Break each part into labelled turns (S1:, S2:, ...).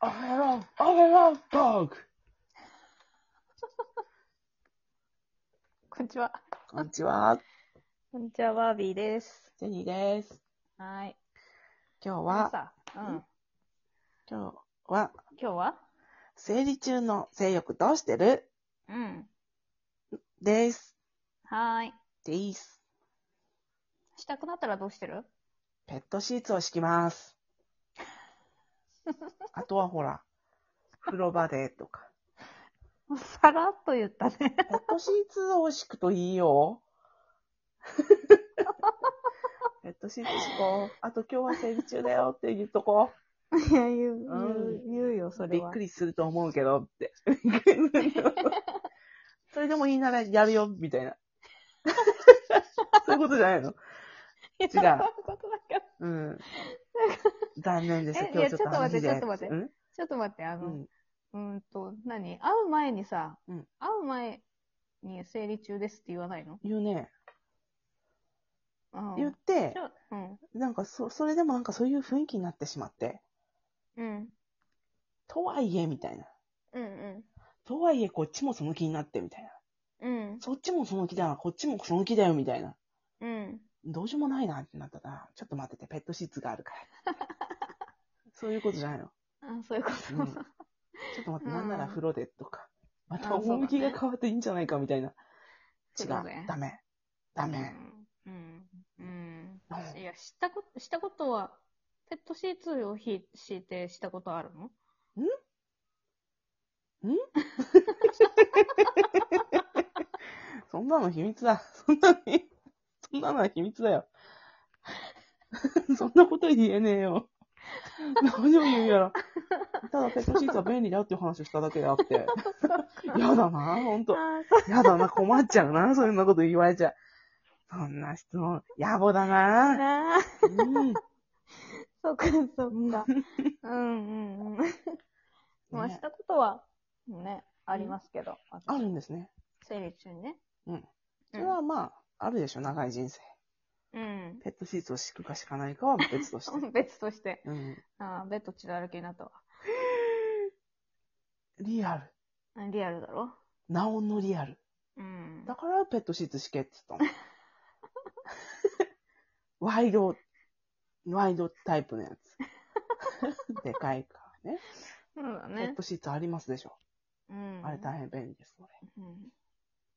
S1: I love, I love dog!
S2: こんにちは。
S1: こんにちは、
S2: こんにちは、バービーです。
S1: ジェニーです。
S2: はーい。
S1: 今日
S2: 今
S1: は、
S2: さ、うん。
S1: うん今日は、
S2: 今日は
S1: 生理中の性欲どうしてる
S2: うん。
S1: です。
S2: はーい。
S1: です。
S2: したくなったらどうしてる
S1: ペットシーツを敷きます。あとはほら、風呂場でとか。
S2: さらっと言ったね。
S1: ペットシーツを敷くといいよ。ペットシーツ敷こう。あと今日は生理中だよって言っとこ
S2: いや、言う、
S1: うん。
S2: 言う、言うよ、そうれ
S1: びっ
S2: は。
S1: くりすると思うけど って。それでもいいならやるよ、みた いな。そういうことじゃないの違
S2: り
S1: う
S2: ことだけ
S1: う
S2: ど
S1: ん。残念です。
S2: え
S1: 今日ちょっと話
S2: い
S1: で。
S2: やちょっと待って
S1: うん
S2: ちょっと待って、あ
S1: う
S2: の、
S1: ん。
S2: うんと、何会う前にさ、
S1: うん
S2: 会う前に生理中ですって言わないの
S1: 言うね。
S2: うん
S1: 言って
S2: ち、ょうん。
S1: なんかそ、それでもなんかそういう雰囲気になってしまって。
S2: うん。
S1: とはいえ、みたいな。
S2: うん
S1: とはいえ、こっちもその気になって、みたいな。
S2: うん。
S1: そっちもその気だな、こっちもその気だよ、みたいな。
S2: うん。うん。
S1: どうしようもないなってなったら、ちょっと待ってて、ペットシーツがあるから。 そういうことじゃないの。
S2: あそういうこと。
S1: うんちょっと待って、
S2: うん
S1: なんなら風呂でとか。ま
S2: あ
S1: た
S2: そうだね
S1: 趣が変わっていいんじゃないか、みたいな。違
S2: そう
S1: う
S2: だね。
S1: ダメ。ダメ。
S2: うん。うん。うんいや、したこと、したことは、ペットシーツをひ敷いてしたことあるの
S1: そんなの秘密だ。 そんなの秘、そんなのは秘密だよ。 そんなこと言えねえよ。何を言うやら。ただペットシーツは便利だよっていう話をしただけであ って。やだな、ほんと。
S2: あ
S1: やだな、困っちゃうな、そんなこと言われちゃう。そんな質問、野暮だ
S2: あ、
S1: な。
S2: なあ、
S1: うん。
S2: そっか、そっ か。うんうんうん。まあ、
S1: ね
S2: したことは、ね、ありますけど。
S1: あるんですね。
S2: 生理中にね。
S1: うん。それはまあ、あるでしょ、長い人生。
S2: うん。
S1: ペットシーツを敷くか敷かないかは別と して。
S2: 別として。
S1: うん。
S2: ああ、ベッド血だらけになったわ。
S1: リアル。
S2: リアルだろ
S1: なおのリアル。
S2: うん。
S1: だからペットシーツ敷けって言ったの。ワイド、ワイドタイプのやつ。 でかいからね。
S2: そうだ
S1: ペッ
S2: ね。
S1: トシーツありますでしょ。
S2: うん。
S1: あれ大変便利です、こ
S2: うん。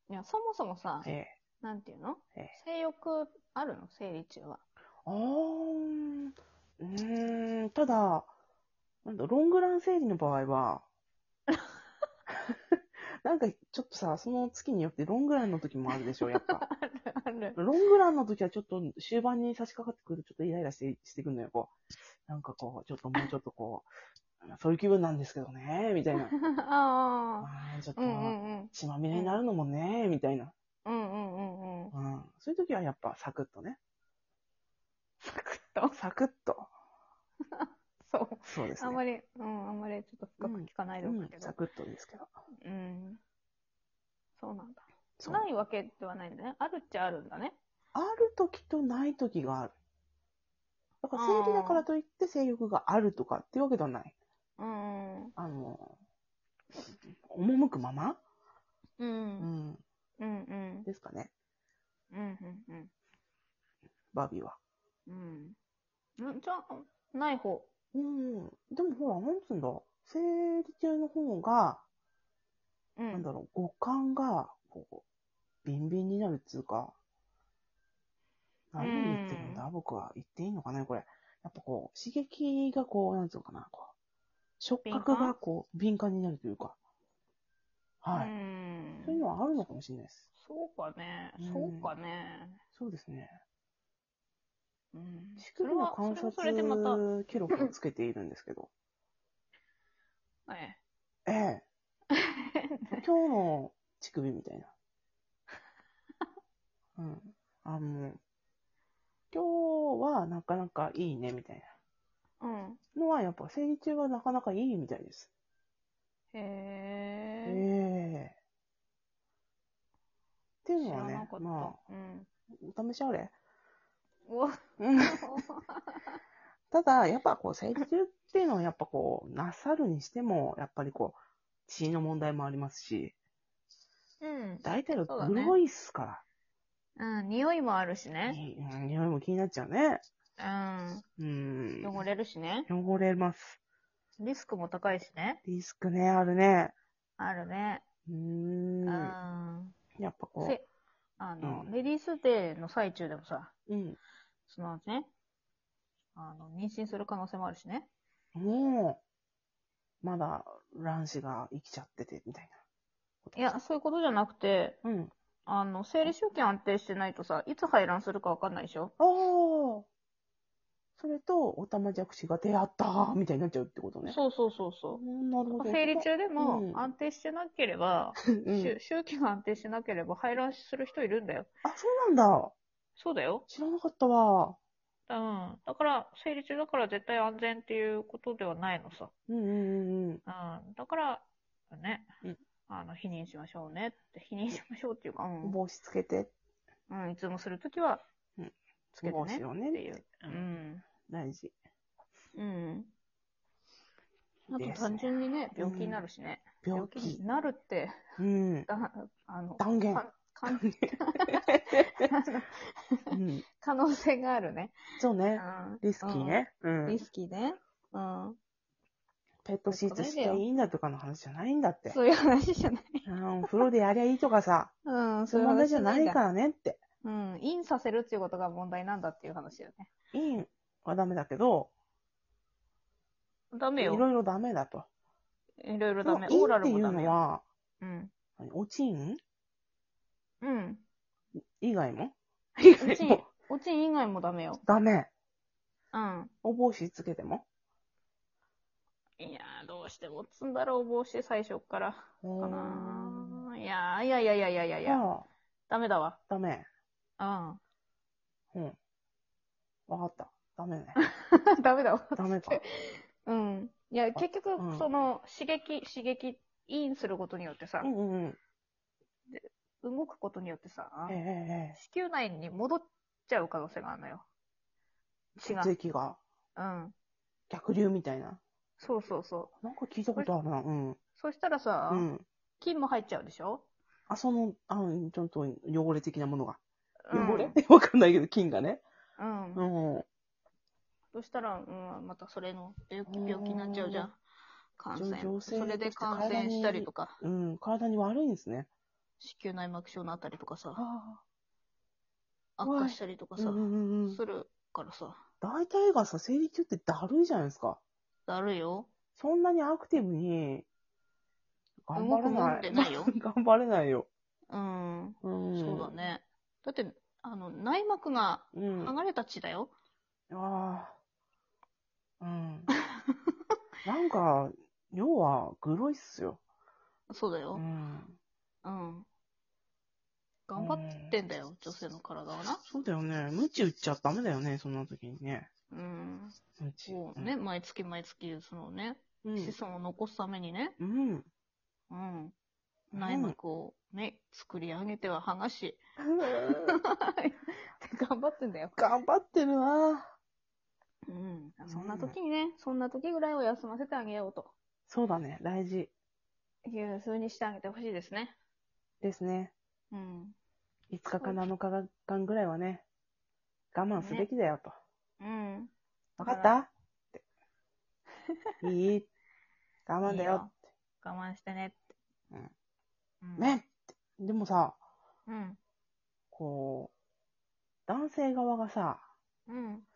S2: いや、そもそもさ、
S1: れ。ええ。
S2: なんていうの
S1: ええ
S2: 性欲あるの生理中は。
S1: あー、うーん、ただ、なんだ、ロングラン生理の場合 は、なんかちょっとさ、その月によってロングランの時もあるでしょ、やっぱ。
S2: あ る。
S1: ロングランの時はちょっと終盤に差し掛かってくるとちょっとイライラしてしてくるのよ、こう。なんかこう、ちょっともうちょっとこう、そういう気分なんですけどね、みたいな。
S2: ああ。
S1: あーちょっと
S2: う、んうんうん。
S1: 血まみれになるのもね、みたいな。
S2: うんうんうんうん。
S1: うん。そういう時はやっぱサクッとね。
S2: サクッと。
S1: サクッと。
S2: そう。
S1: そうです
S2: あ
S1: ね。
S2: んまり、うん、あんまりちょっと深く聞かないでお
S1: う
S2: く
S1: ん
S2: け、ど
S1: サ。クッとですけど。
S2: うん。そうなんだ。
S1: そう
S2: ないわけではないんだね。あるっちゃあるんだね。
S1: ある時とない時がある。だから生理だからといって性欲があるとかっていうわけではない。
S2: うん。うん。
S1: あの、赴くまま、う
S2: う。
S1: んん、
S2: うんうん。
S1: ですかね、
S2: うんうんうん。
S1: バービーは。
S2: うん。うんじゃあ、ない方。
S1: うん、でもほら、なんつうんだ、生理中の方が、
S2: う
S1: なん
S2: ん。
S1: だろう、五感が、こう、ビンビンになるっつうか、何を言ってるんだ、僕は。言っていいのかな、これ。やっぱこう、刺激がこう、なんつうのかな、こう、触覚がこう、敏感になるというか、はい。
S2: うん
S1: そういうのはあるのかもしれないです。
S2: そうかね
S1: う。ん
S2: そうかね。
S1: そうですね。
S2: うん。
S1: 乳首の観察
S2: それはそれもそれでま
S1: 記録をつけているんですけど。
S2: た、え
S1: ええ。今日の乳首みたいな。 うん。あの、今日はなかなかいいねみたい
S2: え。うん。
S1: なのは、やっぱ生理中はなかなかいいみたいです。
S2: へ
S1: え
S2: え。
S1: え。っていう
S2: 知
S1: のは
S2: らな
S1: ね
S2: か、った。
S1: まあ、
S2: うん。
S1: お試しあれ。
S2: お
S1: うん。ただ、やっぱこう、成立っていうのはやっぱこう、なさるにしても、やっぱりこう、血の問題もありますし、
S2: うん。
S1: 大体が
S2: そうだね
S1: 黒いっすか
S2: うん、匂いもあるし
S1: ら、
S2: ね。
S1: にうん匂いも気になっちゃうね。
S2: うん。
S1: うん。
S2: 汚れるしね。
S1: 汚れます。
S2: リスクも高いしね。
S1: リスクね、あるね。
S2: あるね。
S1: うー。
S2: うん
S1: や
S2: ん。
S1: っぱこ
S2: せあの、
S1: うん
S2: レディースデーの最中でもさ、
S1: う、うん。
S2: そのね、あの、妊娠する可能性もあるしね。
S1: もう、まだ卵子が生きちゃってて、みたい
S2: いや、そういうことじゃなくて、
S1: な。うん。
S2: あの、生理周期安定してないとさ、いつ排卵するかわかんないでしょ
S1: ああそれと、おたまじゃくしが出会ったーみたいになっちゃうってことね。
S2: そうそうそうそ
S1: うんなるほ
S2: う。
S1: ど。
S2: 生理中で
S1: う
S2: も
S1: ん
S2: 安定してなければ、
S1: うん
S2: 周周期が安定してなければ排卵する人いるんだよ。
S1: あ、そうなんだ。
S2: そうだよ。
S1: 知らなかったわ。
S2: うん。だから、生理中だから絶対安全っていうことではないのさ。
S1: うんうんうんうん。
S2: うん。だから、ね。
S1: うん
S2: あの、否認しましょうねって。否認しましょうっていうか、う
S1: 帽子つけて、
S2: ん。うん、いつもするときは
S1: うん、
S2: つけて
S1: 帽
S2: ね
S1: 子。を
S2: って
S1: ね。
S2: いう。
S1: う
S2: うんん。
S1: 大事。
S2: うん。あ
S1: ですね
S2: と単純にね、病気になるしね。
S1: 病
S2: 病気
S1: 気。
S2: になるって、
S1: うん。
S2: だあの、
S1: 断言
S2: かんかん
S1: うん。
S2: 可能性があるね。
S1: そう
S2: う
S1: ね。
S2: ん
S1: リスキー。ね。う
S2: うん
S1: ん
S2: リ。スキーね。うん。
S1: ペットシーツしていいんだとかの話じゃないんだって。
S2: そういう話じゃない。
S1: うん。風呂でやりゃいいとかさ、
S2: うん、。
S1: そういう問題じゃないかららねって。
S2: うん、インさせるっていうことが問題なんだっていう話だよね。
S1: いいはダメだけど、
S2: ダ
S1: い
S2: メよ。
S1: ろいろダメだと。
S2: いろい
S1: で
S2: ろダ
S1: も
S2: メ。
S1: いい
S2: オーラ
S1: っ
S2: ル
S1: てい
S2: もダ
S1: う
S2: メ
S1: の
S2: よ。
S1: は、
S2: うん。
S1: 何おちん
S2: うん。
S1: 以外も
S2: おちん、おちん以外もダメよ。
S1: ダメ。
S2: うん。
S1: お帽子つけても
S2: いやー、どうしてもつんだろう、帽子最初っから。か
S1: う
S2: なんーいやー、いやいやいやいやいやい
S1: じゃ
S2: や、
S1: あ、
S2: ダメだわ。
S1: ダメ。
S2: うん。
S1: うん。わかった。ダ メね。
S2: ダメだわ。
S1: ダメか。
S2: うん。いや、結局、
S1: うん
S2: その、刺激、刺激、インすることによってさ
S1: う、んうんうん。
S2: 動くことによってさ、
S1: えええええ
S2: 子宮内に戻っちゃう可能性があるのよ。
S1: え。
S2: 違う
S1: 血液が
S2: うん。
S1: 逆流みたいな。
S2: そうそうそう。
S1: なんか聞いたことあるな。うん。
S2: そしたらさ、
S1: うん。
S2: 菌も入っちゃうでしょ
S1: あ、その、あのちょっと汚れ的なものが。
S2: うん
S1: 汚れ わかんないけど、菌がね。
S2: うん。
S1: うん。
S2: そしたら、うん、またそれの病気病気になっちゃうじゃ
S1: うん
S2: ん。感
S1: 女
S2: 染。
S1: 女性
S2: それで
S1: として体
S2: 感
S1: に
S2: 染したりとか、
S1: うん。体に悪いんですね。
S2: 子宮内膜症になったりとかさ、
S1: あ
S2: 悪化したりとか
S1: あ。うん
S2: さ、
S1: うんうん。
S2: するからさ、
S1: 大体がさ、生理中ってだるいじゃないですか。
S2: だるいよ。
S1: そんなにアクティブに、頑張れな
S2: 動くもんで
S1: い。
S2: ないよ
S1: 頑張れないよ。
S2: うん。
S1: うん。
S2: そうだ。ね。だって、あの、内膜が
S1: うん。
S2: 剥がれた血だよ。
S1: ああ。う ん。なんか、要は、グロいっすよ。
S2: そうだ
S1: う
S2: よ。
S1: ん。
S2: うん。頑張ってんだよ、女性の体はな。
S1: そうだよね。無知打っちゃダメだよね、そんな時にね。
S2: うん。
S1: 無知。
S2: こうね、毎月毎月、そのね、
S1: うん。
S2: 子孫を残すためにね、
S1: うん。
S2: うん。内膜をね、作り上げては剥がし、頑張ってんだよ。
S1: 頑張ってるな
S2: うん。そんな時にね、そんな時ぐらいは休ませてあげようと。
S1: そうだね。大事
S2: いう風にしてあげてほしいですね。
S1: ですね。
S2: うん。
S1: 5日か7日間ぐらいはね、我慢すべきだよと。
S2: うん。
S1: わかったって。いい。我慢だよ。
S2: 我慢してねって。
S1: うん
S2: うん。
S1: ねって。でもさ、
S2: うん。
S1: こう、男性側がさ、
S2: うん。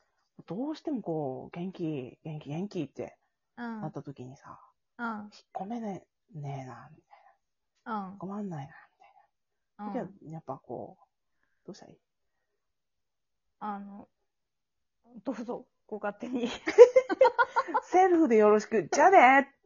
S1: どうしてもこう、元気、元気、元気って
S2: うん。
S1: なった時にさ、
S2: うん。
S1: 引っ込めねねえな、
S2: うん。
S1: 引っ込まんないな、みたいな。
S2: うん
S1: じゃあ、やっぱこう、どうしたらいい
S2: あの、どうぞ、ご勝手に。
S1: セルフでよろしく、じゃあね